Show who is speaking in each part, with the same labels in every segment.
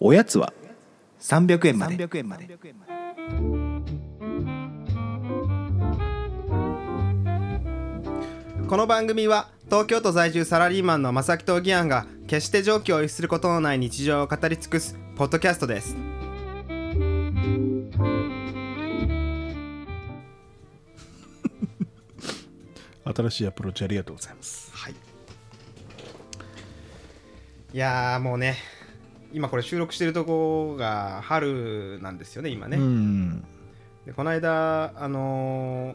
Speaker 1: おやつは
Speaker 2: 300円まで
Speaker 3: 300円まで
Speaker 4: この番組は東京都在住サラリーマンの正木と義庵が決して常軌を逸することのない日常を語り尽くすポッドキャストです
Speaker 5: 新しいアプローチありがとうございます。
Speaker 4: いやーもうね今これ収録してるとこが春なんですよね今ね、
Speaker 5: うん。
Speaker 4: でこの間あのー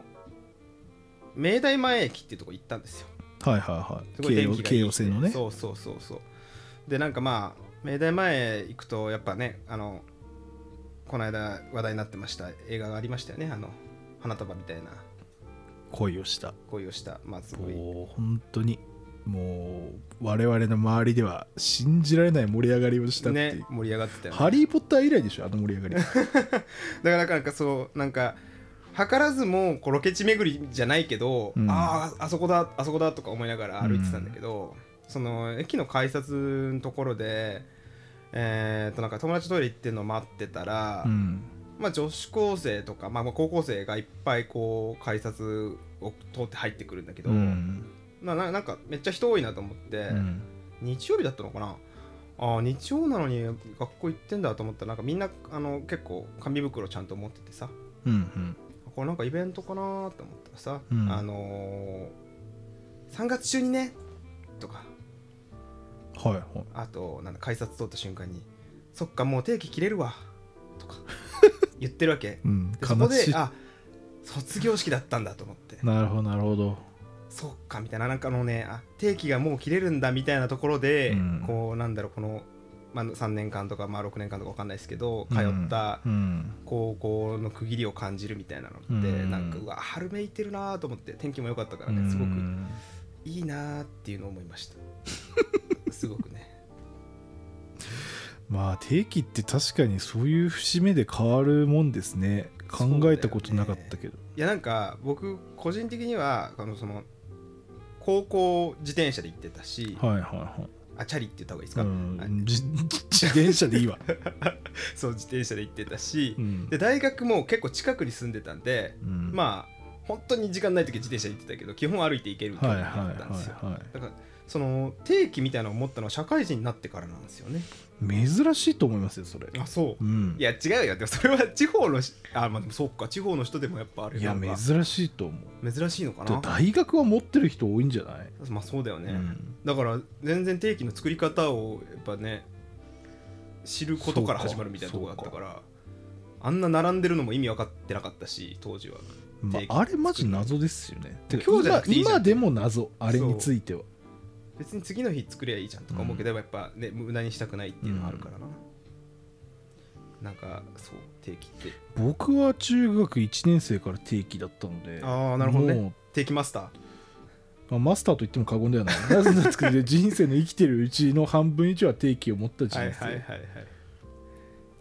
Speaker 4: 明大前駅っていうとこ行ったんですよ
Speaker 5: はいはいは
Speaker 4: す
Speaker 5: い。
Speaker 4: ごい
Speaker 5: 京
Speaker 4: 天
Speaker 5: 葉
Speaker 4: 気がいい
Speaker 5: 京葉線のね。
Speaker 4: そうそうそうそうでなんかまあ明大前行くとやっぱねあのこの間話題になってました映画がありましたよねあの花束みたいな
Speaker 5: 恋をした。
Speaker 4: 恋をしたまあすごい
Speaker 5: もう本当にもう我々の周りでは信じられない盛り上がりをしたっていう。
Speaker 4: ね盛り上がってたよね
Speaker 5: ハリー・ポッター以来でしょあの盛り上がり。
Speaker 4: だからなんかそうなんか図らずもこうロケ地巡りじゃないけど、
Speaker 5: うん
Speaker 4: あああそこだあそこだとか思いながら歩いてたんだけど、その駅の改札のところでえー、となんか友達トイレ行ってるのを待ってたら、
Speaker 5: うん。
Speaker 4: まあ、女子高生とか、まあ、まあ高校生がいっぱいこう改札を通って入ってくるんだけど、
Speaker 5: うん。
Speaker 4: なななんかめっちゃ人多いなと思って、
Speaker 5: うん
Speaker 4: 日曜日だったのかなあー日曜なのに学校行ってんだと思ったらなんかみんなあの結構紙袋ちゃんと持っててさ
Speaker 5: うん。
Speaker 4: これなんかイベントかなーって思ったらさ、
Speaker 5: うん
Speaker 4: あのー、3月中にねとか
Speaker 5: はいはい。
Speaker 4: あとなんだ改札通った瞬間にそっかもう定期切れるわと か言ってるわけ
Speaker 5: うん
Speaker 4: でそこ
Speaker 5: 悲し
Speaker 4: で
Speaker 5: い。
Speaker 4: あ卒業式だったんだと思って
Speaker 5: なるほどなるほど。
Speaker 4: そっかみたいななんかあのねあ定期がもう切れるんだみたいなところで、
Speaker 5: うん
Speaker 4: こうなんだろうこの、まあ、3年間とか、まあ、6年間とかわかんないですけど通った
Speaker 5: うん。
Speaker 4: 高校の区切りを感じるみたいなのって、
Speaker 5: うん
Speaker 4: なんかうわ春めいてるなと思って天気も良かったから
Speaker 5: う
Speaker 4: ね
Speaker 5: ん
Speaker 4: すごくいいなっていうのを思い ましたすごくね
Speaker 5: まあ定期って確かにそういう節目で変わるもんですね考えたことなかったけど
Speaker 4: いやなんか僕個人的にはあのその高校自転車で行ってたし、
Speaker 5: はいはいはい
Speaker 4: あチャリって言った方がいいです
Speaker 5: う
Speaker 4: か、
Speaker 5: ん じ自転車でいいわ
Speaker 4: そう自転車で行ってた し、
Speaker 5: うん
Speaker 4: で大学も結構近くに住んでたんで、
Speaker 5: うん
Speaker 4: まあ本当に時間ない時は自転車で行ってたけど基本歩いて行ける距
Speaker 5: はいはい
Speaker 4: 離だったんですよ、
Speaker 5: は
Speaker 4: だからその定期みたいなのを持ったのは社会人になってからなんですよね
Speaker 5: いはい珍しいと思いますよそれ
Speaker 4: あそううんいや違うよでもそれは地方のしあまあでもそうか地方の人でもやっぱあれ
Speaker 5: いや
Speaker 4: なんか
Speaker 5: 珍しいと思う
Speaker 4: 珍しいのか
Speaker 5: だ
Speaker 4: な
Speaker 5: 大学は持ってる人多いんじゃない
Speaker 4: まあそうだよね、
Speaker 5: うん
Speaker 4: だから全然定期の作り方をやっぱね知ることから始まるみたいなとこだったからあんな並んでるのも意味分かってなかったし当時は
Speaker 5: ま
Speaker 4: 定期
Speaker 5: ああれマジ謎ですよねてか
Speaker 4: 今日じゃなくていいじゃん
Speaker 5: 今今でも謎あれについては
Speaker 4: 別に次の日作りゃいいじゃんとか思うけど、やっぱね無駄にしたくないっていうのはあるからな、なんかそう定期って
Speaker 5: 僕は中学1年生から定期だったので
Speaker 4: ああなるほど
Speaker 5: もう
Speaker 4: ね定期マスター
Speaker 5: まあマスターと言っても過言ではない。なぜなんですけど、人生の生きてるうちの半分以上は定期を持った人生。
Speaker 4: はいはいはいは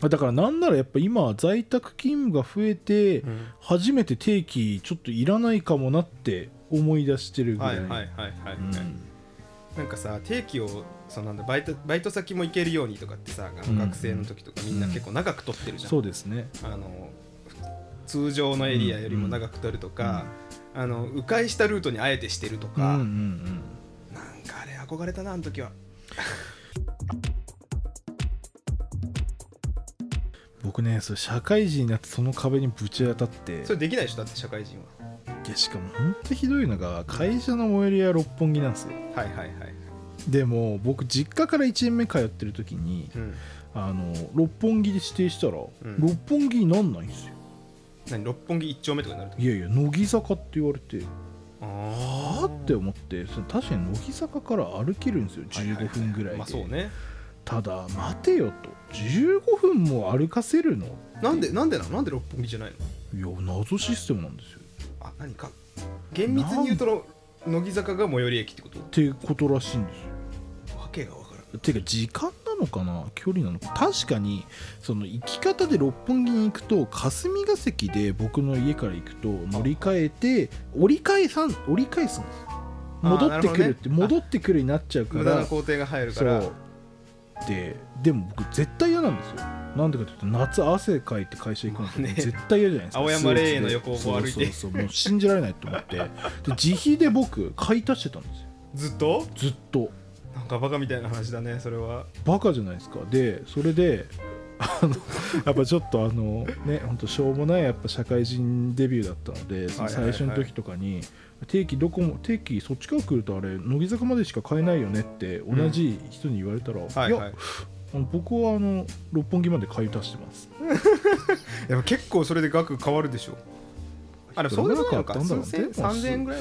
Speaker 4: い、
Speaker 5: だからなんならやっぱ今は在宅勤務が増えて、初めて定期ちょっといらないかもなって思い出してるぐ
Speaker 4: は
Speaker 5: らい。
Speaker 4: いはいはいはいはい、
Speaker 5: うん
Speaker 4: なんかさ定期をそのなんだバイトバイト先も行けるようにとかってさあ
Speaker 5: うん
Speaker 4: の学生の時とかみんな結構長く取ってるじゃん、
Speaker 5: そうですね。
Speaker 4: あの通常のエリアよりも長く取るとか、あの迂回したルートにあえてしてると
Speaker 5: うんう
Speaker 4: か、
Speaker 5: んうん。
Speaker 4: なんかあれ憧れたなあの時は
Speaker 5: 僕ね、それ社会人になってその壁にぶち当たって、
Speaker 4: それできないでしょだって社会人は
Speaker 5: でしかも本当ひどいのが、会社の最寄りは六本木なんですよ。
Speaker 4: はいはいはい、
Speaker 5: でも僕実家から1年目通ってる時に、
Speaker 4: うん、
Speaker 5: あの六本木で指定したら、
Speaker 4: ん
Speaker 5: 六本木になんないんですよ
Speaker 4: 何六本木一丁目とかになると
Speaker 5: いやいや乃木坂って言われて
Speaker 4: あ
Speaker 5: あーって思ってそれ確かに乃木坂から歩けるんですよ15分ぐらいで、
Speaker 4: まあそうね
Speaker 5: ただ待てよと15分も歩かせるの
Speaker 4: なんでなんでなのなんで六本木じゃない
Speaker 5: い
Speaker 4: の
Speaker 5: や謎システムなんですよ
Speaker 4: あ何か厳密に言うとろ乃木坂が最寄り駅ってこと
Speaker 5: ってことらしいんですよ
Speaker 4: わけがわからん
Speaker 5: ていうか時間なのかな距離なのか確かにその行き方で六本木に行くと霞が関で僕の家から行くと乗り換えて折り返さん折り返すんです
Speaker 4: あー
Speaker 5: 戻ってくるって
Speaker 4: なるほどね
Speaker 5: 戻ってくるになっちゃうか
Speaker 4: 無駄な
Speaker 5: ら
Speaker 4: 工程が入るか
Speaker 5: そ
Speaker 4: ら
Speaker 5: うってでも僕絶対嫌なんですよなんでかというと夏汗かいて会社行くのって
Speaker 4: まあね
Speaker 5: 絶対嫌じゃないですか
Speaker 4: 青山霊園の横を
Speaker 5: スーツで
Speaker 4: 歩いて
Speaker 5: そうそうそうもう信じられないと思ってで自費で僕買い足してたんですよ
Speaker 4: ずっと
Speaker 5: ずっと
Speaker 4: なんかバカみたいな話だねそれは
Speaker 5: バカじゃないですかでそれであのやっぱちょっとあのね本当しょうもないやっぱ社会人デビューだったのでその
Speaker 4: はいはいは
Speaker 5: 最
Speaker 4: い
Speaker 5: 初の時とかに定期どこも定期そっちから来るとあれ乃木坂までしか買えないよねって同じ人に言われたら、
Speaker 4: はい
Speaker 5: い
Speaker 4: はい
Speaker 5: やあの僕はあの六本木まで買い足してます
Speaker 4: でも結構それで額変わるでしょあれそうでもないのか
Speaker 5: いくらぐらいだったんだ
Speaker 4: 数
Speaker 5: ろうね
Speaker 4: 千3000円ぐらい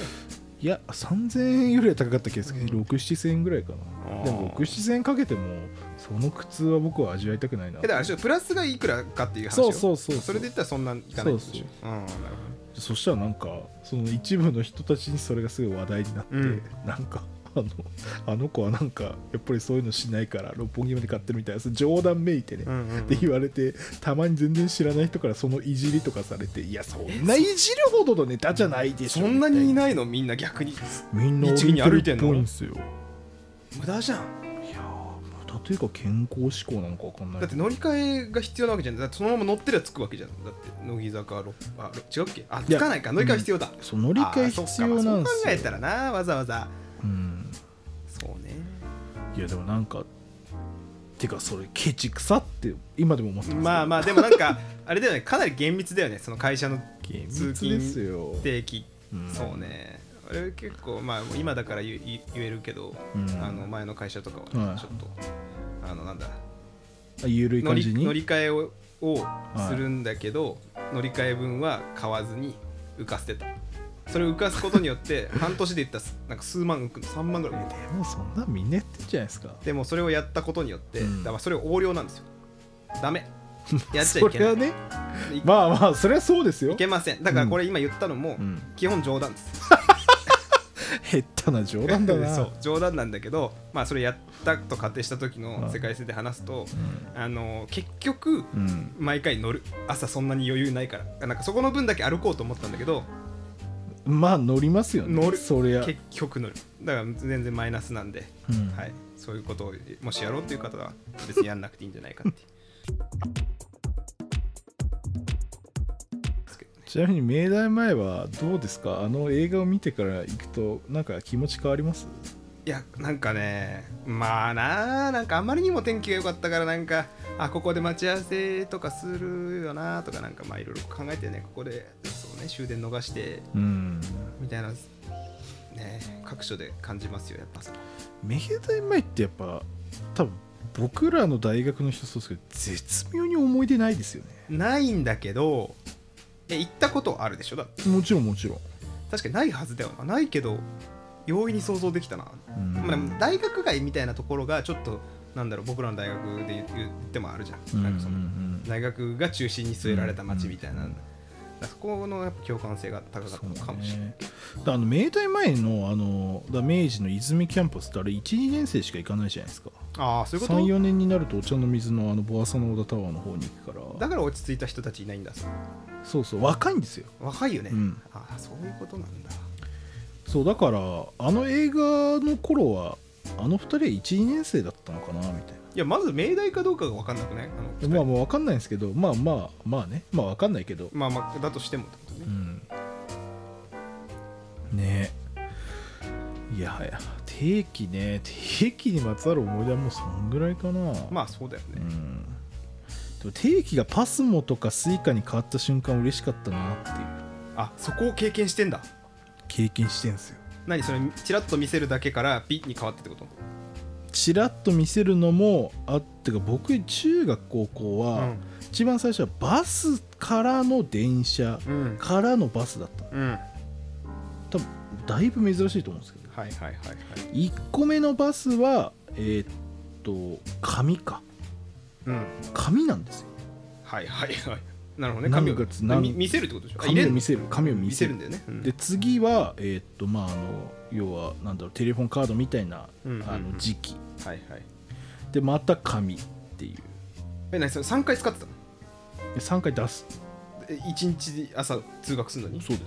Speaker 5: いや3000円よりは高かった気がするけど67000円ぐらいか
Speaker 4: あー
Speaker 5: なでも67000円かけてもその苦痛は僕は味わいたくないな
Speaker 4: えだからあれでしょプラスがいくらかっていう話
Speaker 5: そう
Speaker 4: う
Speaker 5: そうそう
Speaker 4: それで言ったらそんなんいかないでしょ
Speaker 5: そう
Speaker 4: うんなるほど
Speaker 5: そしたらなんかその一部の人たちにそれがすごい話題になって、
Speaker 4: うん
Speaker 5: なんかあのあの子はなんかやっぱりそういうのしないから六本木まで買ってるみたいなそれ冗談めいてね、
Speaker 4: うんうんうん
Speaker 5: って言われてたまに全然知らない人からそのいじりとかされていやそんないじるほどのネタじゃないでしょ
Speaker 4: そんなにい
Speaker 5: み
Speaker 4: ないのみんな逆に
Speaker 5: たいなみんな
Speaker 4: 道に歩いてんの
Speaker 5: 歩いっぽいんですよいや
Speaker 4: 無駄じゃん
Speaker 5: ー無駄というか健康志向なのか分かんない
Speaker 4: だって乗り換えが必要なわけじゃんだってそのまま乗ってりゃ着くわけじゃんだって乃木坂六あ違うっけあ
Speaker 5: いや
Speaker 4: 着かないか乗り換え必要だ
Speaker 5: そう乗り換え
Speaker 4: あーそっ
Speaker 5: 必
Speaker 4: かまあ
Speaker 5: 要なんで
Speaker 4: そう
Speaker 5: す
Speaker 4: 考
Speaker 5: よ
Speaker 4: えたらなわざわざ
Speaker 5: うん
Speaker 4: そうね
Speaker 5: いやでもなんかてかそれケチくさって今でも思ってます
Speaker 4: まあまあでもなんか あれだよねかなり厳密だよねその会社の
Speaker 5: 厳
Speaker 4: 通
Speaker 5: 密
Speaker 4: 勤
Speaker 5: ですよ
Speaker 4: 定期、
Speaker 5: うん
Speaker 4: そうねあれ結構まあ今だから言う言言えるけど、
Speaker 5: うん
Speaker 4: あの前の会社とかは
Speaker 5: は
Speaker 4: ね
Speaker 5: い
Speaker 4: ちょっと、あのなんだ
Speaker 5: あゆるい
Speaker 4: 乗
Speaker 5: 感
Speaker 4: り
Speaker 5: じ
Speaker 4: 乗
Speaker 5: に
Speaker 4: り換えをを
Speaker 5: い
Speaker 4: するんだけど、乗り換え分は買わずに浮かせてたそれを浮かすことによって 半年でいったらなんか数万浮くの3万ぐらい浮いて
Speaker 5: でもそんなみんなやってんじゃないですか
Speaker 4: でもそれをやったことによって、
Speaker 5: うん
Speaker 4: だからそれを横領なんですよダ メやっちゃ
Speaker 5: そ
Speaker 4: いけ
Speaker 5: れ
Speaker 4: ない
Speaker 5: はね
Speaker 4: い
Speaker 5: まあまあそれはそうですよ
Speaker 4: いけませんだからこれ今言ったのも、
Speaker 5: うん
Speaker 4: 基本冗談です
Speaker 5: 減ったな冗談だな
Speaker 4: そう冗談なんだけどまあそれやったと仮定した時の世界線で話すと、あの結
Speaker 5: う
Speaker 4: 局
Speaker 5: ん、うん
Speaker 4: 毎回乗る朝そんなに余裕ないからなんかそこの分だけ歩こうと思ったんだけど
Speaker 5: まあ乗りますよね
Speaker 4: 乗る
Speaker 5: そりゃ、
Speaker 4: 結局乗るだから全然マイナスなんで、
Speaker 5: うん
Speaker 4: はい、そういうことをもしやろうっていう方は別にやんなくていいんじゃないかっていう ですけどね
Speaker 5: ちなみに明大前はどうですかあの映画を見てから行くとなんか気持ち変わります
Speaker 4: いやなんかねまあなあなんかあまりにも天気が良かったからなんかあここで待ち合わせとかするよなとかなんかまあいろいろ考えてねここでそうね終電逃して
Speaker 5: うん
Speaker 4: みたいなね各所で感じますよやっぱそこ
Speaker 5: 明大前ってやっぱ多分僕らの大学の人そうですけど絶妙に思い出ないですよね
Speaker 4: ないんだけどえ行ったことあるでしょだって
Speaker 5: もちろんもちろん
Speaker 4: 確かにないはずではないけど容易に想像できたな、
Speaker 5: うん
Speaker 4: まあでも大学外みたいなところがちょっとなんだろう僕らの大学で言う言ってもあるじゃん,、なんかその
Speaker 5: うんうんうん
Speaker 4: 大学が中心に据えられた街みたいな、
Speaker 5: うん
Speaker 4: だからそこのやっぱ共感性が高か
Speaker 5: そ
Speaker 4: ったの
Speaker 5: う
Speaker 4: か
Speaker 5: か
Speaker 4: も
Speaker 5: も
Speaker 4: し
Speaker 5: し
Speaker 4: れ
Speaker 5: れ
Speaker 4: な、
Speaker 5: ないいだあの明大前のあのだ明治の泉キャンパスってあれ12年生しか行かないじゃないですか
Speaker 4: ああそういうこと
Speaker 5: 34年になるとお茶の水のあのボアサノーダタワーの方に行くから
Speaker 4: だから落ち着いた人たちいないんだそう
Speaker 5: そうそう若いんですよ
Speaker 4: 若いよね、
Speaker 5: うん
Speaker 4: ああそういうことなんだ
Speaker 5: そうだからあの映画の頃はあの2人は12年生だったのかなみたいない
Speaker 4: やまず明大かどうかが分かんなくないあの
Speaker 5: まあもう分かんないんですけどまあまあまあねまあ分かんないけど
Speaker 4: まあまあだとしてもってことね、
Speaker 5: うんねえいやはや定期ね定期にまつわる思い出はもうそんぐらいかな
Speaker 4: まあそうだよね、
Speaker 5: うんでも定期がパスモとかスイカに変わった瞬間嬉しかったなっていう
Speaker 4: あそこを経験してんだ
Speaker 5: 経験してんすよ
Speaker 4: 何それチラッと見せるだけからピッに変わってってこと
Speaker 5: チラッと見せるのもあってか僕中学高校
Speaker 4: う
Speaker 5: は
Speaker 4: ん
Speaker 5: 一番最初はバスからの電車
Speaker 4: うん
Speaker 5: からのバスだったの
Speaker 4: うんはい
Speaker 5: 多分だいぶ珍しいと思うんですけど
Speaker 4: はいはいはい
Speaker 5: 1個目のバスはえーっと紙か
Speaker 4: うん
Speaker 5: 紙なんですよ
Speaker 4: はいはいはいなるほどね髪を
Speaker 5: 何月何
Speaker 4: み見せるってことでしょあ入
Speaker 5: 紙
Speaker 4: れ
Speaker 5: を
Speaker 4: んの
Speaker 5: 見せる紙を見
Speaker 4: 見
Speaker 5: せ
Speaker 4: せ
Speaker 5: る
Speaker 4: るんだよね、うん
Speaker 5: で次はえーっとまああの要はなんだろうテレフォンカードみたいな
Speaker 4: うんうんうん
Speaker 5: あの時期
Speaker 4: はいはい
Speaker 5: でまた紙っていう
Speaker 4: え何それ3回使ってたの
Speaker 5: で3回出す
Speaker 4: え一日朝通学するのに
Speaker 5: そうで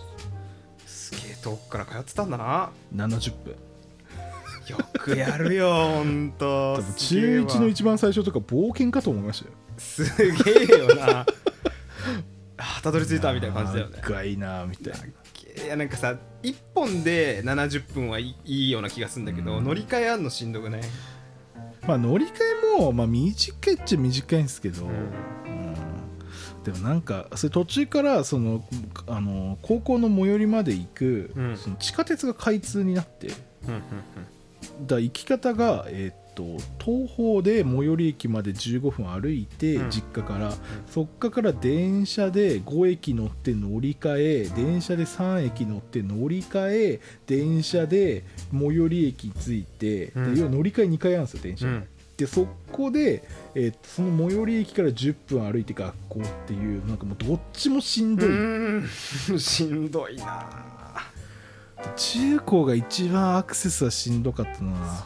Speaker 5: す
Speaker 4: すげえ遠くから通ってたんだな
Speaker 5: 70分
Speaker 4: よくや るよほん
Speaker 5: 多
Speaker 4: と
Speaker 5: 分中1の一番最初とか冒険かと思いましたよ
Speaker 4: すげえよなあたどり着いたみたいな感じだよね
Speaker 5: 長いなみたいない
Speaker 4: やなんかさ1本で70分はいいいいような気がするんだけど、
Speaker 5: うん
Speaker 4: 乗り換えあんのしんどくない、
Speaker 5: まあ乗り換えも、まあ、短いっちゃ短いんですけど、うんでもなんかそれ途中からそのあの高校の最寄りまで行く、
Speaker 4: うん
Speaker 5: その地下鉄が開通になってだか
Speaker 4: うんうん
Speaker 5: ら行き方が、えーっと東方で最寄り駅まで15分歩いて、
Speaker 4: うん
Speaker 5: 実家から、そっかから電車で5駅乗って乗り換え電車で3駅乗って乗り換え電車で最寄り駅着いて、で
Speaker 4: うん
Speaker 5: 要は乗り換え2回あるんですよ電車、
Speaker 4: うん
Speaker 5: でそこで、えーっとその最寄り駅から10分歩いて学校っていうなんかもうどっちもしんどい、
Speaker 4: うんうんしんどいな
Speaker 5: 中高が一番アクセスはしんどかったな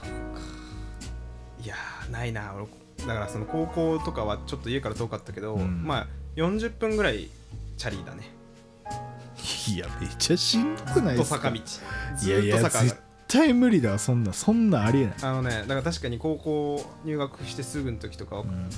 Speaker 5: い
Speaker 4: やーないな俺だからその高校とかはちょっと家から遠かったけど、
Speaker 5: うん
Speaker 4: まあ40分ぐらいチャリだね
Speaker 5: いやめっちゃしんどくない
Speaker 4: ずっ
Speaker 5: で
Speaker 4: と
Speaker 5: す
Speaker 4: 坂
Speaker 5: か
Speaker 4: 道
Speaker 5: いやいや
Speaker 4: ずっと坂上
Speaker 5: 絶
Speaker 4: がる
Speaker 5: 対無理だわそんなそんなありえない、
Speaker 4: あのねだから確かに高校入学してすぐの時とかは
Speaker 5: うん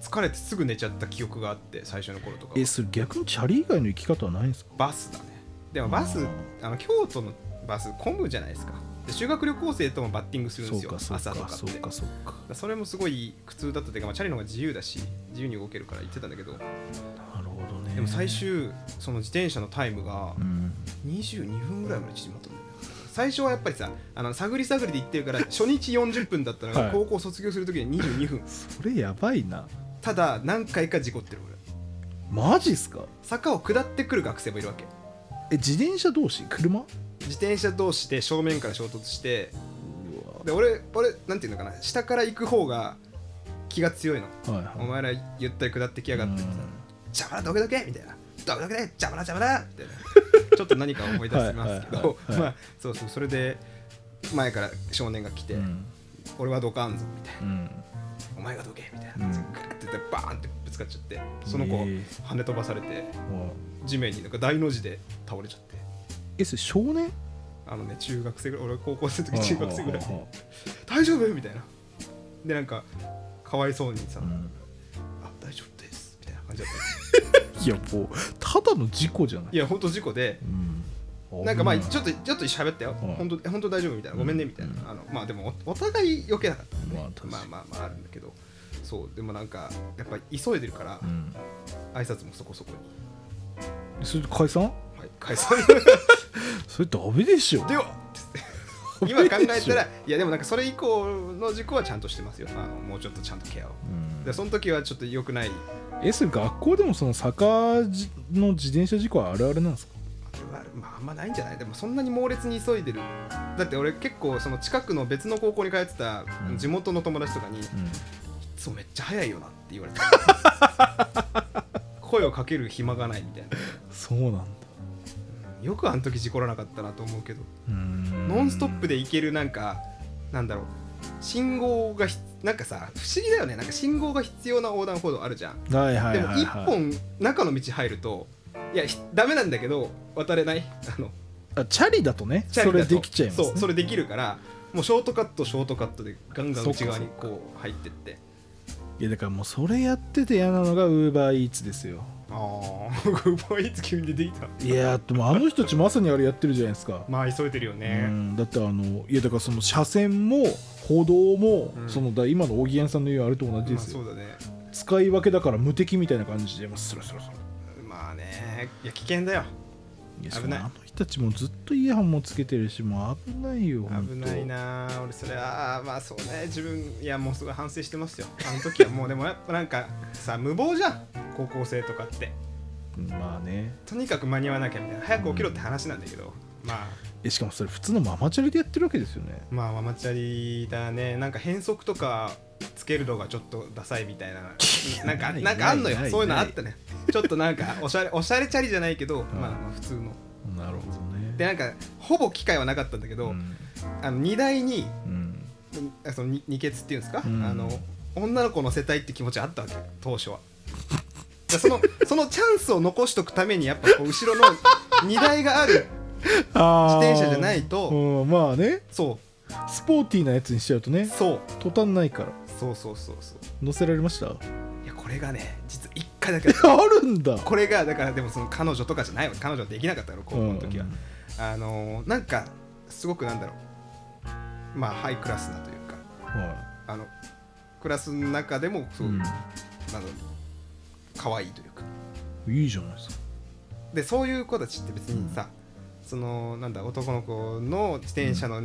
Speaker 4: 疲れてすぐ寝ちゃった記憶があって最初の頃とかは
Speaker 5: えそれ逆にチャリ以外の行き方はないんですか
Speaker 4: バスだねでもバス
Speaker 5: うん
Speaker 4: あの京都のバス混むじゃないですかで修学旅行生ともバッティングするんですよ
Speaker 5: そうかそ
Speaker 4: 朝
Speaker 5: う
Speaker 4: とか
Speaker 5: か
Speaker 4: って
Speaker 5: そうかそうか
Speaker 4: だからそれもすごい苦痛だったというか、まあ、チャリの方が自由だし自由に動けるから行ってたんだけど
Speaker 5: なるほどね
Speaker 4: でも最終その自転車のタイムが
Speaker 5: うん
Speaker 4: 22分ぐらいまで縮まったんだよね最初はやっぱりさあの探り探りで行って るから初日40分だったの
Speaker 5: は
Speaker 4: が
Speaker 5: い
Speaker 4: 高校卒業する時に22分
Speaker 5: それやばいな
Speaker 4: ただ何回か事故ってる俺
Speaker 5: マジっすか
Speaker 4: 坂を下ってくる学生もいるわけ
Speaker 5: え自転車同士車う
Speaker 4: 自転車同士で正面から衝突して
Speaker 5: わ
Speaker 4: で俺俺なんていうのかな下から行く方が気が強いの
Speaker 5: はいはい
Speaker 4: お前らゆったり下ってきやがって
Speaker 5: うん
Speaker 4: 「邪魔だどけどけ!」みたいな「どけどけ邪魔だ邪魔だ!」 みたいなちょっと何か思い出しますけど
Speaker 5: はいはいはいはい
Speaker 4: まあそうそうそれで前から少年が来て
Speaker 5: うん
Speaker 4: 「俺はどかんぞ」みたいな
Speaker 5: うん
Speaker 4: 「お前がどけ!」みたい
Speaker 5: うん
Speaker 4: なグッて言ってバーンってぶつかっちゃってその子
Speaker 5: ええ
Speaker 4: 跳ね飛ばされて
Speaker 5: うわ
Speaker 4: 地面になんか大の字で倒れちゃって
Speaker 5: えそれ少年
Speaker 4: あのね中学生ぐらい俺が高校生の時中学生ぐらい
Speaker 5: はあは
Speaker 4: 大丈夫みたいなでなんかかわいそうにさ、
Speaker 5: あはあうん
Speaker 4: あ大丈夫ですみたいな感じだっ
Speaker 5: いやもうただの事故じゃな
Speaker 4: た
Speaker 5: い
Speaker 4: いや本当事故で
Speaker 5: うん
Speaker 4: なんかまあ
Speaker 5: 危ない
Speaker 4: ちょっとちょっと喋ったよ
Speaker 5: うん
Speaker 4: 本当え本当大丈夫みたいなごめんねみたい
Speaker 5: うん
Speaker 4: なあのまあでもおお互い避けなかったんで
Speaker 5: まあ
Speaker 4: ね
Speaker 5: 確かに
Speaker 4: まあまあまああるんだけどそうでもなんかやっぱ急いでるから
Speaker 5: うん
Speaker 4: 挨拶もそこそこに
Speaker 5: それで解散
Speaker 4: はい解散
Speaker 5: それダメでしょ
Speaker 4: では今考えたらいやでもなんかそれ以降の事故はちゃんとしてますよあのもうちょっとちゃんとケアを
Speaker 5: うん
Speaker 4: でその時はちょっと良くない
Speaker 5: えそれ学校でもその坂じの自転車事故はあるあるなんですか
Speaker 4: あるまあ、あんまないんじゃないでもそんなに猛烈に急いでるだって俺結構その近くの別の高校に通ってた
Speaker 5: うん
Speaker 4: 地元の友達とかに「い
Speaker 5: うん
Speaker 4: つもめっちゃ早いよな」って言われて 声をかける暇がないみたいな
Speaker 5: そうなんだ
Speaker 4: うんよくあの時事故らなかったなと思うけど
Speaker 5: うん
Speaker 4: ノンストップで行けるなんかなんだろう信号がひなんかさ不思議だよねなんか信号が必要な横断歩道あるじゃん
Speaker 5: はいはい
Speaker 4: で
Speaker 5: はい、は
Speaker 4: も
Speaker 5: い、
Speaker 4: 一本中の道入るといやひダメなんだけど渡れないあの
Speaker 5: あチャリだとね
Speaker 4: チャリ
Speaker 5: そ
Speaker 4: だ
Speaker 5: れ
Speaker 4: と
Speaker 5: できちゃいます、ね、
Speaker 4: そうそれできるからもうショートカットショートカットでガンガン内側に
Speaker 5: そっか
Speaker 4: こう入ってって
Speaker 5: いやだからもうそれやってて嫌なのがウーバーイーツですよ
Speaker 4: ああウーバーイーツ急に出てきた
Speaker 5: いやーでもあの人たちまさにあれやってるじゃないですか、
Speaker 4: まあ急いでるよ
Speaker 5: う
Speaker 4: ね
Speaker 5: んだってあのいやだからその車線も歩道も、
Speaker 4: うん
Speaker 5: そのだ今のおぎやんさんの言うあれと同じ
Speaker 4: ま
Speaker 5: で
Speaker 4: あ
Speaker 5: すよ、
Speaker 4: そうだね
Speaker 5: 使い分けだから無敵みたいな感じでもうスルスルスル
Speaker 4: まあねいや危険だよ
Speaker 5: いや
Speaker 4: 危
Speaker 5: そん
Speaker 4: ない
Speaker 5: なあの人たちもずっとイヤホンもつけてるしもう危ないよほんと
Speaker 4: 危ないなあ俺それはまあそうね自分いやもうすごい反省してますよあの時はもうでもやっぱなんかさ無謀じゃん高校生とかって
Speaker 5: まあね
Speaker 4: とにかく間に合わなきゃみたいな早く起きろって話なんだけどまあ
Speaker 5: えしかもそれ普通のママチャリでやってるわけですよね
Speaker 4: まあママチャリだねなんか変則とかつけるのがちょっとダサいみたいな なんか
Speaker 5: ない
Speaker 4: なんかあんのよ
Speaker 5: ない
Speaker 4: そういうのあったねちょっとな んかおしゃれおしゃれチャリじゃないけど、まあ、まあ普通の
Speaker 5: なるほど
Speaker 4: で
Speaker 5: ね
Speaker 4: なんかほぼ機会はなかったんだけど、
Speaker 5: うん
Speaker 4: あの荷台に
Speaker 5: うん
Speaker 4: うんそのに二ケツっていうんですか、
Speaker 5: うん
Speaker 4: あの女の子乗せたいって気持ちあったわけ当初はでその そのチャンスを残しとくためにやっぱこう後ろの荷台がある
Speaker 5: 自
Speaker 4: 自転車じゃないと
Speaker 5: うん、まあね
Speaker 4: そう
Speaker 5: スポーティーなやつにしちゃうとね
Speaker 4: そう
Speaker 5: 途端ないから
Speaker 4: そうそうそうそう
Speaker 5: 乗せられました
Speaker 4: いやこれがね実は1回だけ
Speaker 5: あるんだ
Speaker 4: これがだからでもその彼女とかじゃないわ彼女はできなかったの高校の時は、
Speaker 5: うん
Speaker 4: あのーなんかすごくなんだろうまあハイクラスなというか
Speaker 5: は
Speaker 4: あのクラスの中でも
Speaker 5: い
Speaker 4: そう、なんだろう可愛いというか
Speaker 5: うんいいじゃないですか
Speaker 4: でそういう子たちって別にさ、そのなんだ男の子の自転車の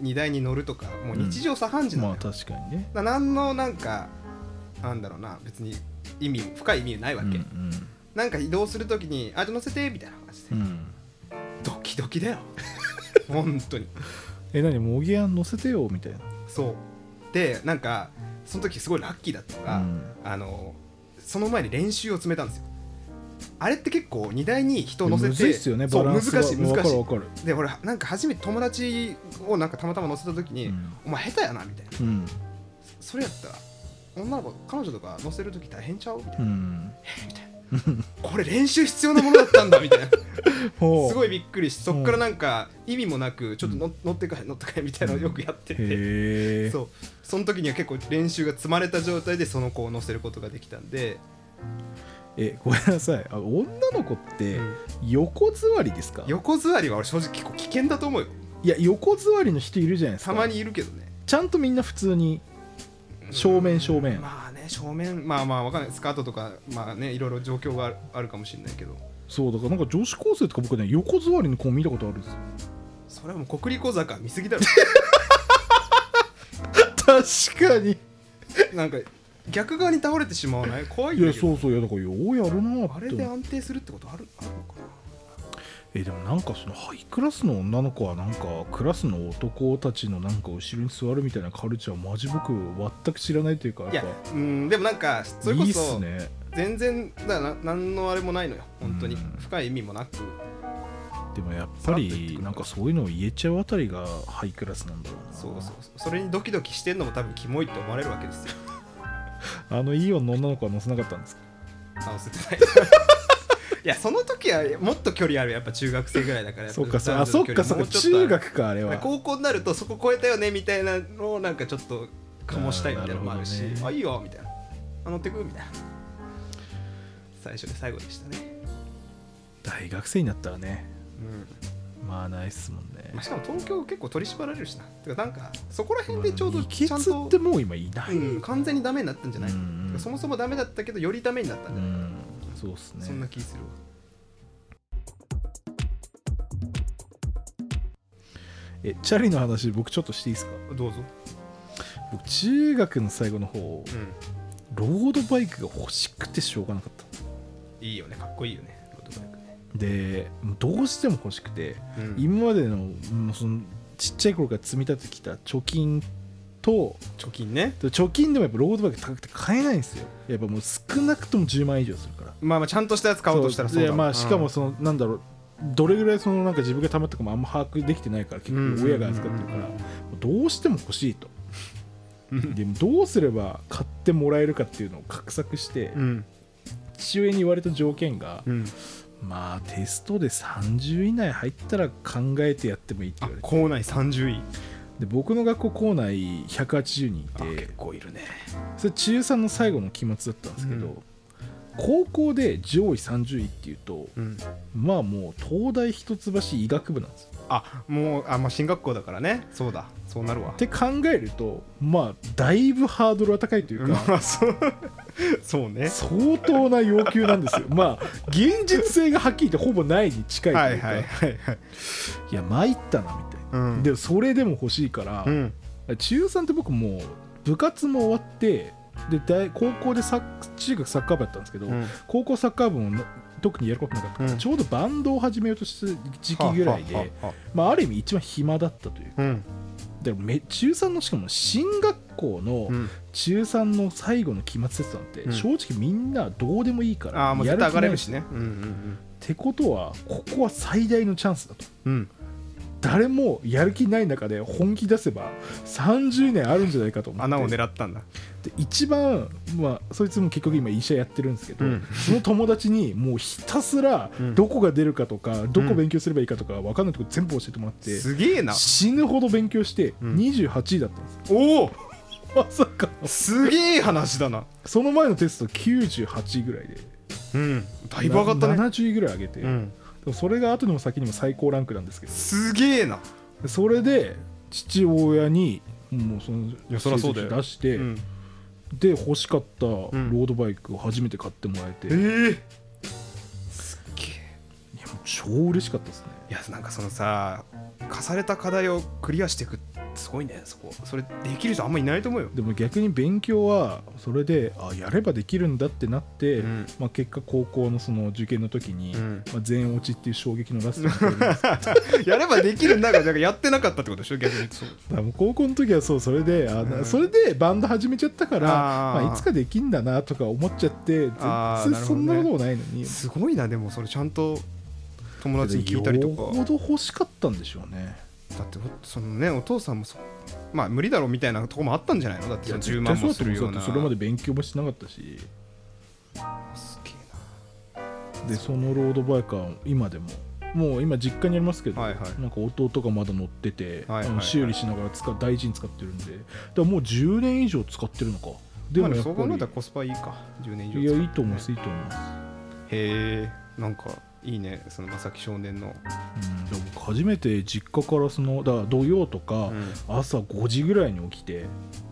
Speaker 4: 荷台に乗るとか、もう日常茶飯事なの
Speaker 5: ま
Speaker 4: よ
Speaker 5: あ、確かにね
Speaker 4: だ何のなんかなんだろうな別に意味深い意味ないわけ、
Speaker 5: うん
Speaker 4: なんか移動するときに「あじゃあ乗せて」みたいな話で、
Speaker 5: うんうん
Speaker 4: ドキドキだよ 本当に
Speaker 5: え何もぎやん乗せてよみたいな
Speaker 4: そうでなんかその時すごいラッキーだったのが、
Speaker 5: うん
Speaker 4: あのその前に練習を詰めたんですよあれって結構荷台に人を乗せて
Speaker 5: むずいっすよね
Speaker 4: そ
Speaker 5: バラ
Speaker 4: う
Speaker 5: ン
Speaker 4: 難
Speaker 5: ス
Speaker 4: しい難しい
Speaker 5: 分かる分か
Speaker 4: で俺なんか初めて友達をなんかたまたま乗せた時に、
Speaker 5: る
Speaker 4: お前下手やな」みたいな
Speaker 5: うん
Speaker 4: それやったら女の子彼女とか乗せる時大変ちゃうみたい
Speaker 5: う
Speaker 4: な
Speaker 5: ん
Speaker 4: これ練習必要なものだったんだみたいなす
Speaker 5: ほう
Speaker 4: ごいびっくりしてそっからなんか意味もなくちょっとの乗ってかへ乗ってかへみたいなのをよくやってて、
Speaker 5: へえ
Speaker 4: そうその時には結構練習が積まれた状態でその子を乗せることができたんで、
Speaker 5: えごめんなさいあ女の子って
Speaker 4: うん
Speaker 5: 横座りですか
Speaker 4: 横座りは俺正直結構危険だと思うよ
Speaker 5: いや横座りの人いるじゃないですか
Speaker 4: たまにいるけどね
Speaker 5: ちゃんとみんな普通に正面正面
Speaker 4: まあね正面まあまあわかんないスカートとかまあねいろいろ状況があるあるかもしれないけど
Speaker 5: そうだからなんか女子高生とか僕ね横座りの子見たことあるんですよ
Speaker 4: それはもう国立小坂見 すぎだろ
Speaker 5: 確かに
Speaker 4: なんか逆側に倒れてしまわない怖い
Speaker 5: い
Speaker 4: ん
Speaker 5: や
Speaker 4: だけど
Speaker 5: そうそういやだからようやるな
Speaker 4: あ
Speaker 5: っ
Speaker 4: れ
Speaker 5: て
Speaker 4: で
Speaker 5: 思う
Speaker 4: 安定するってことあるあるのかな
Speaker 5: えでもなんかそのハイクラスの女の子はなんかクラスの男たちのなんか後ろに座るみたいなカルチャーマジ僕全く知らないというか
Speaker 4: い
Speaker 5: や
Speaker 4: や
Speaker 5: っ
Speaker 4: うんでもなんか
Speaker 5: ぱ
Speaker 4: そ
Speaker 5: い
Speaker 4: れこ
Speaker 5: いっす
Speaker 4: そ
Speaker 5: ね
Speaker 4: 全然だからな何のあれもないのよ本当に
Speaker 5: うん
Speaker 4: 深い意味もなく
Speaker 5: でもやっぱ
Speaker 4: さらっと言ってく
Speaker 5: り
Speaker 4: る
Speaker 5: なんかそういうのを言えちゃうあたりがハイクラスなんだろうな
Speaker 4: そうそうそうそれにドキドキしてんのも多分キモいって思われるわけ ですよ
Speaker 5: あのイオンの女の子は乗せなかったんですか
Speaker 4: あ忘れてないいやその時はもっと距離あるやっぱ中学生ぐらいだからやっぱ
Speaker 5: そうかそうあそ
Speaker 4: 男
Speaker 5: っ
Speaker 4: 女
Speaker 5: かそっか
Speaker 4: の距離もうちょっ
Speaker 5: 中
Speaker 4: とある
Speaker 5: 学かあれは
Speaker 4: 高校になるとそこ超えたよねみたいなのをなんかちょっと醸したいみたいなのもある
Speaker 5: あ
Speaker 4: し
Speaker 5: ーなるほどね
Speaker 4: あいいよみたいなあ乗ってくみたいな最初で最後でしたね
Speaker 5: 大学生になったらね
Speaker 4: うん
Speaker 5: まあないっすもんね
Speaker 4: まあしかも東京結構取り締まられるしなてかなんかそこら辺でちょうど
Speaker 5: 秘
Speaker 4: ちゃん
Speaker 5: 訣
Speaker 4: と
Speaker 5: って、もう今いない、
Speaker 4: うん、完全にダメになったんじゃない、
Speaker 5: うん
Speaker 4: てかそもそもダメだったけどよりダメになった
Speaker 5: う
Speaker 4: んじゃない、
Speaker 5: んそうっすね
Speaker 4: そんな気するわ
Speaker 5: えチャリの話僕ちょっとしていいですか
Speaker 4: どうぞ、
Speaker 5: 僕中学の最後の方
Speaker 4: う
Speaker 5: ロードバイクが欲しくてしょうがなかった
Speaker 4: ん、いいよねかっこいいよねロードバイクね
Speaker 5: でどうしても欲しくて、
Speaker 4: うん
Speaker 5: 今までのもうそのちっちゃい頃から積み立ててきた貯金と
Speaker 4: 貯金ね
Speaker 5: で貯金でもやっぱロードバイク高くて買えないんですよやっぱもう少なくとも10万円以上するから
Speaker 4: まあまあちゃんとしたやつ買おうとしたらそうだ
Speaker 5: で
Speaker 4: わ
Speaker 5: ま
Speaker 4: う
Speaker 5: あ
Speaker 4: ん
Speaker 5: しかもその、なんだろうどれぐらいそのなんか自分が貯まったかもあんま把握できてないから結構親が預かってるからどうしても欲し いと
Speaker 4: うん
Speaker 5: でもどうすれば買ってもらえるかっていうのを画策して、
Speaker 4: うん
Speaker 5: 父親に言われた条件が、
Speaker 4: うん
Speaker 5: まあテストで30位以内入ったら考えてやってもいいって言
Speaker 4: あ
Speaker 5: われて
Speaker 4: 校内30位
Speaker 5: で僕の学校校内180人いて
Speaker 4: 構いるね
Speaker 5: それ中3の最後の期末だったんですけど、
Speaker 4: うん
Speaker 5: 高校で上位30位っていうと
Speaker 4: うん
Speaker 5: まあもう東大一橋医学部なんですよ
Speaker 4: あもうあまあ進学校だからねそうだそうなるわ
Speaker 5: って考えるとまあだいぶハードルは高いというか、
Speaker 4: まあ そうそうね
Speaker 5: 相当な要求なんですよまあ現実性がはっきり言ってほぼないに近いと
Speaker 4: は
Speaker 5: いう
Speaker 4: い
Speaker 5: か、
Speaker 4: はい
Speaker 5: い
Speaker 4: はいはい
Speaker 5: や参ったなみたいな、
Speaker 4: うん
Speaker 5: でもそれでも欲しいから、
Speaker 4: うん
Speaker 5: 中3って僕もう部活も終わってで大高校でサッ中学サッカー部だったんですけど、
Speaker 4: うん
Speaker 5: 高校サッカー部もな特にやることなかったから、
Speaker 4: うん
Speaker 5: ちょうどバンドを始めようとした時期ぐらいで
Speaker 4: ははは
Speaker 5: まあ、ある意味一番暇だったというか
Speaker 4: うん
Speaker 5: でめ中3のしかも進学校の
Speaker 4: うん
Speaker 5: 中3の最後の期末テストなんて、
Speaker 4: うん
Speaker 5: 正直みんなどうでもいいから
Speaker 4: ああもう絶対上がれるし
Speaker 5: ね
Speaker 4: ねうん
Speaker 5: ってことはここは最大のチャンスだと
Speaker 4: うんうん
Speaker 5: 誰もやる気ない中で本気出せば30年あるんじゃないかと思って
Speaker 4: 穴を狙ったんだ
Speaker 5: で一番、まあ、そいつも結局今医者やってるんですけど、
Speaker 4: うん
Speaker 5: その友達にもうひたすら
Speaker 4: うん
Speaker 5: どこが出るかとか、どこ勉強すればいいかとか分かんないとこ全部教えてもらって、
Speaker 4: すげえな
Speaker 5: 死ぬほど勉強して
Speaker 4: うん
Speaker 5: 28位だったんですよ、
Speaker 4: おお
Speaker 5: まさか
Speaker 4: すげえ話だな
Speaker 5: その前のテスト98位ぐらいで
Speaker 4: うんだいぶ上がったね
Speaker 5: な70位ぐらい上げて、
Speaker 4: う
Speaker 5: で
Speaker 4: ん
Speaker 5: もそれが後にも先にも最高ランクなんですけど
Speaker 4: すげえな
Speaker 5: でそれで父親にもうその
Speaker 4: やそりゃそうだよ
Speaker 5: 成績出して、
Speaker 4: うん
Speaker 5: で欲しかったロ
Speaker 4: ん
Speaker 5: ードバイクを初めて買ってもらえて、
Speaker 4: ええ
Speaker 5: い
Speaker 4: すっげえ
Speaker 5: やもう超嬉しかったですね
Speaker 4: いやなんかそのさ課された課題をクリアしていくすごいねそこそれできる人あんまいないと思うよ
Speaker 5: でも逆に勉強はそれであやればできるんだってなって、
Speaker 4: うん
Speaker 5: まあ、結果高校のその受験の時に、
Speaker 4: うん
Speaker 5: まあ、全落ちっていう衝撃のラストになっております
Speaker 4: やればできるんだがなんかやってなかったってことでしょ逆にそう
Speaker 5: だからもう高校の時はそうそれであ、
Speaker 4: うん
Speaker 5: それでバンド始めちゃったから
Speaker 4: あー
Speaker 5: まあ、いつかできんだなとか思っちゃって全
Speaker 4: あー
Speaker 5: 然
Speaker 4: なる
Speaker 5: そ
Speaker 4: ほど
Speaker 5: ん
Speaker 4: ね
Speaker 5: なこともないのに
Speaker 4: すごいなでもそれちゃんと友達に聞いたりとか
Speaker 5: よほど欲しかったんでしょうね
Speaker 4: だってそのねお父さんもそまあ無理だろうみたいなとこもあったんじゃないのだってその10万もするような
Speaker 5: それまで勉強もしなかったし
Speaker 4: すげえ
Speaker 5: でそのロードバイクは今でももう今実家にありますけど、
Speaker 4: はいはい
Speaker 5: なんか弟がまだ乗ってて、
Speaker 4: はいはいはい
Speaker 5: あの修理しながら使う大事に使ってるんでだからもう10年以上使ってるのかで
Speaker 4: なま
Speaker 5: もや
Speaker 4: あでも
Speaker 5: っぱ
Speaker 4: そ
Speaker 5: り、
Speaker 4: う考えたらコスパいいか10年以上
Speaker 5: いやいいと思い
Speaker 4: ま
Speaker 5: ますいいと思います、
Speaker 4: へえんかいいねそのまさき少年の
Speaker 5: うん、でも僕初めて実家からそのだから土曜とか、
Speaker 4: うん
Speaker 5: 朝5時ぐらいに起きて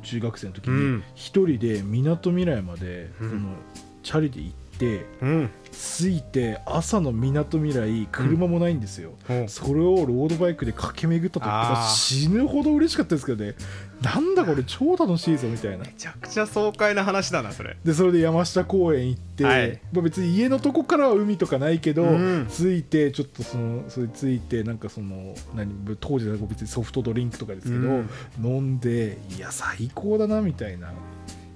Speaker 5: 中学生の時
Speaker 4: う
Speaker 5: に
Speaker 4: ん
Speaker 5: 一人でみなとみらいまで、
Speaker 4: うん
Speaker 5: そのチャリで行って
Speaker 4: うん
Speaker 5: 着いて朝のみなとみらい車もないんですよ、
Speaker 4: ほう
Speaker 5: それをロードバイクで駆け巡った時は
Speaker 4: あー
Speaker 5: 死ぬほど嬉しかったですけどねなんだこれ超楽しいぞみたいな
Speaker 4: めちゃくちゃ爽快な話だなそれ
Speaker 5: でそれで山下公園行って、
Speaker 4: はい
Speaker 5: まあ、別に家のとこからは海とかないけど、
Speaker 4: うん
Speaker 5: 着いてちょっとそのそれついてなんかその何当時だと別にソフトドリンクとかですけど、
Speaker 4: うん
Speaker 5: 飲んでいや最高だなみたいな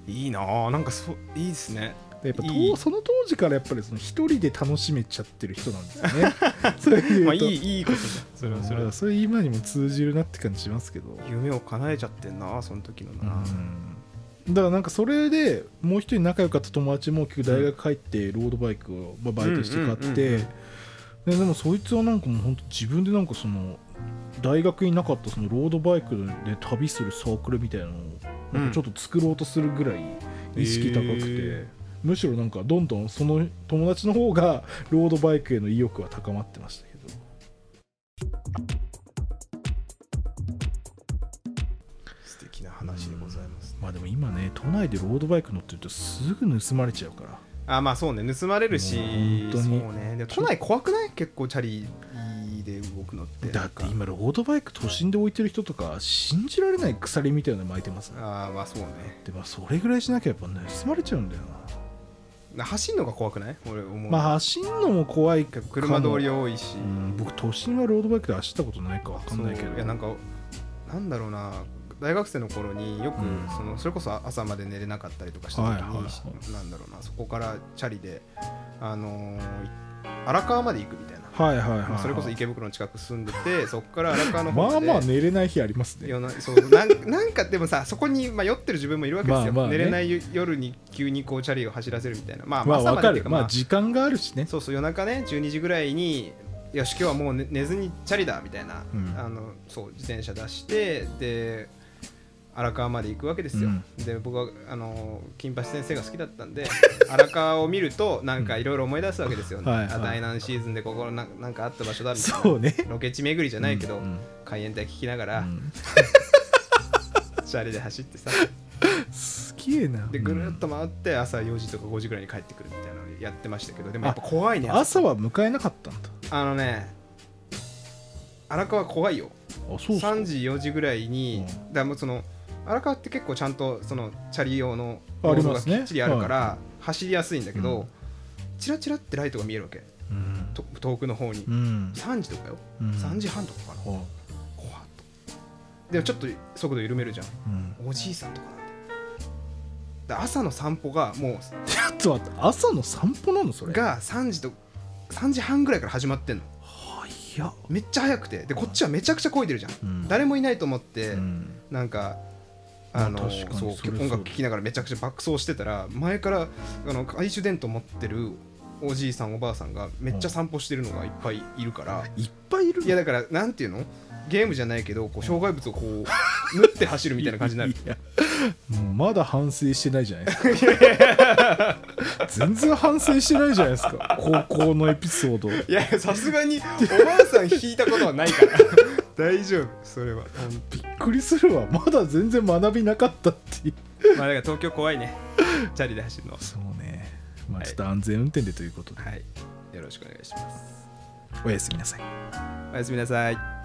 Speaker 5: い
Speaker 4: いなあなんかそういいですね
Speaker 5: でやっぱと
Speaker 4: いい
Speaker 5: その当時からやっぱりその一人で楽しめちゃってる人なんですよ ねそういうと、
Speaker 4: まあいいいいことだそれはそれ
Speaker 5: ま
Speaker 4: は
Speaker 5: あそれ今にも通じるなって感じしますけど
Speaker 4: 夢を叶えちゃってんなその時のな
Speaker 5: うんだからなんかそれでもう一人仲良かった友達も結局大学帰ってロードバイクをまあバイトして買っ
Speaker 4: うんうんうんうん
Speaker 5: てででもそいつはなんかもう本当自分でなんかその大学になかったそのロードバイクで旅するサークルみたいなのを
Speaker 4: うん
Speaker 5: なんかちょっと作ろうとするぐらい意識高くて、
Speaker 4: へ
Speaker 5: むしろなんかどんどんその友達の方がロードバイクへの意欲は高まってましたけど
Speaker 4: 素敵な話でございます
Speaker 5: まあでも今ね都内でロードバイク乗ってるとすぐ盗まれちゃうから。
Speaker 4: あまあそうね盗まれるし
Speaker 5: もう本当に
Speaker 4: そうねで都内怖くない結構チャリで動くのって
Speaker 5: だって今ロードバイク都心で置いてる人とか信じられない鎖みたいなの巻いてますね
Speaker 4: ああまあそうね
Speaker 5: でもそれぐらいしなきゃやっぱね盗まれちゃうんだよな
Speaker 4: 走るのが怖くない俺思う、
Speaker 5: まあ走んのも怖いけど
Speaker 4: 車通り多いし
Speaker 5: うん僕都心はロードバイクで走ったことないか分かんないけ
Speaker 4: そ
Speaker 5: ど
Speaker 4: ういやなんかなんだろうな大学生の頃によく、
Speaker 5: うん
Speaker 4: そのそれこそ朝まで寝れなかったりとかした時に、
Speaker 5: はいはいはい
Speaker 4: なんだろうなそこからチャリで、あのー荒川まで行くみたいな、
Speaker 5: はいはいはい、
Speaker 4: まあ、それこそ
Speaker 5: はい
Speaker 4: 池袋の近く住んで てそこから荒川の
Speaker 5: ま
Speaker 4: 方
Speaker 5: あ
Speaker 4: まで
Speaker 5: まあ寝れない日ありますね
Speaker 4: 夜なそうなんなんかでもさそこに迷ってる自分もいるわけですよ、
Speaker 5: まあまあね
Speaker 4: 寝れない夜に急にこうチャリを走らせるみたいなまあ、
Speaker 5: まあ
Speaker 4: 朝
Speaker 5: わ
Speaker 4: まで
Speaker 5: か
Speaker 4: っていう
Speaker 5: るまあ時間があるしね
Speaker 4: そうそう夜中ね12時ぐらいによし今日はもう寝寝ずにチャリだみたいな、
Speaker 5: うん
Speaker 4: あのそう自転車出してで荒川まで行くわけですよ、
Speaker 5: う
Speaker 4: で僕はあの金八先生が好きだったんで荒川を見るとなんかいろいろ思い出すわけですよ、
Speaker 5: はいはい
Speaker 4: あ第何シーズンでここなんなんかあった場所だみたいな
Speaker 5: そうね
Speaker 4: ロケ地巡りじゃないけ
Speaker 5: う
Speaker 4: ど、
Speaker 5: んうん
Speaker 4: 海援隊聞きながら、
Speaker 5: うん
Speaker 4: チャリで走ってさ
Speaker 5: すげえな
Speaker 4: でぐる
Speaker 5: うん
Speaker 4: っと回って朝4時とか5時ぐらいに帰ってくるみたいなのやってましたけどでもやっぱ怖いね
Speaker 5: 朝は迎えなかったんだ
Speaker 4: あのね荒川怖いよ
Speaker 5: あそうっすか
Speaker 4: 3時4時ぐらいに、
Speaker 5: う
Speaker 4: だからもうその荒川って結構ちゃんとそのチャリ用の
Speaker 5: あ
Speaker 4: 道
Speaker 5: り
Speaker 4: 路
Speaker 5: ま
Speaker 4: が
Speaker 5: す
Speaker 4: き
Speaker 5: ね
Speaker 4: っちりあるから、走りやすいんだけど、
Speaker 5: うん
Speaker 4: チラチラってライトが見えるわけ
Speaker 5: うん
Speaker 4: と遠くの方に、
Speaker 5: うん
Speaker 4: 3時とかよ、
Speaker 5: うん
Speaker 4: 3時半とかかな
Speaker 5: は
Speaker 4: 怖っとでもちょっと速度緩めるじゃん
Speaker 5: いうん
Speaker 4: おじいさんとかなんてで朝の散歩がも
Speaker 5: ちょっと待って朝の散歩なのそうれ
Speaker 4: が3時と3時半ぐらいから始まってんの
Speaker 5: はいや、
Speaker 4: めっちゃ早くてでこっちはめちゃくちゃ漕いでるじゃん、
Speaker 5: うん
Speaker 4: 誰もいないと思って、
Speaker 5: うん
Speaker 4: なんか。
Speaker 5: まあ
Speaker 4: あの
Speaker 5: 確かに
Speaker 4: そう
Speaker 5: それそう
Speaker 4: 音楽聴きながらめちゃくちゃ爆走してたら前からあの懐中電灯持ってるおじいさんおばあさんがめっちゃ散歩してるのがいっぱいいるから、
Speaker 5: いっぱいいる
Speaker 4: いやだからなんていうのゲームじゃないけどこう障害物をこう縫って走るみたいな感じになる
Speaker 5: いやもうまだ反省してないじゃないですか全然反省してないじゃないですか高校のエピソード
Speaker 4: いやさすが におばあさん引いたことはないから 大丈夫それは本当
Speaker 5: びっくりするわまだ全然学びなかったっていう
Speaker 4: まあだから東京怖いねチャリで走るのは
Speaker 5: そうねまあ
Speaker 4: はい
Speaker 5: ちょっと安全運転でということで、
Speaker 4: はいよろしくお願いします
Speaker 5: おやすみなさい
Speaker 4: おやすみなさい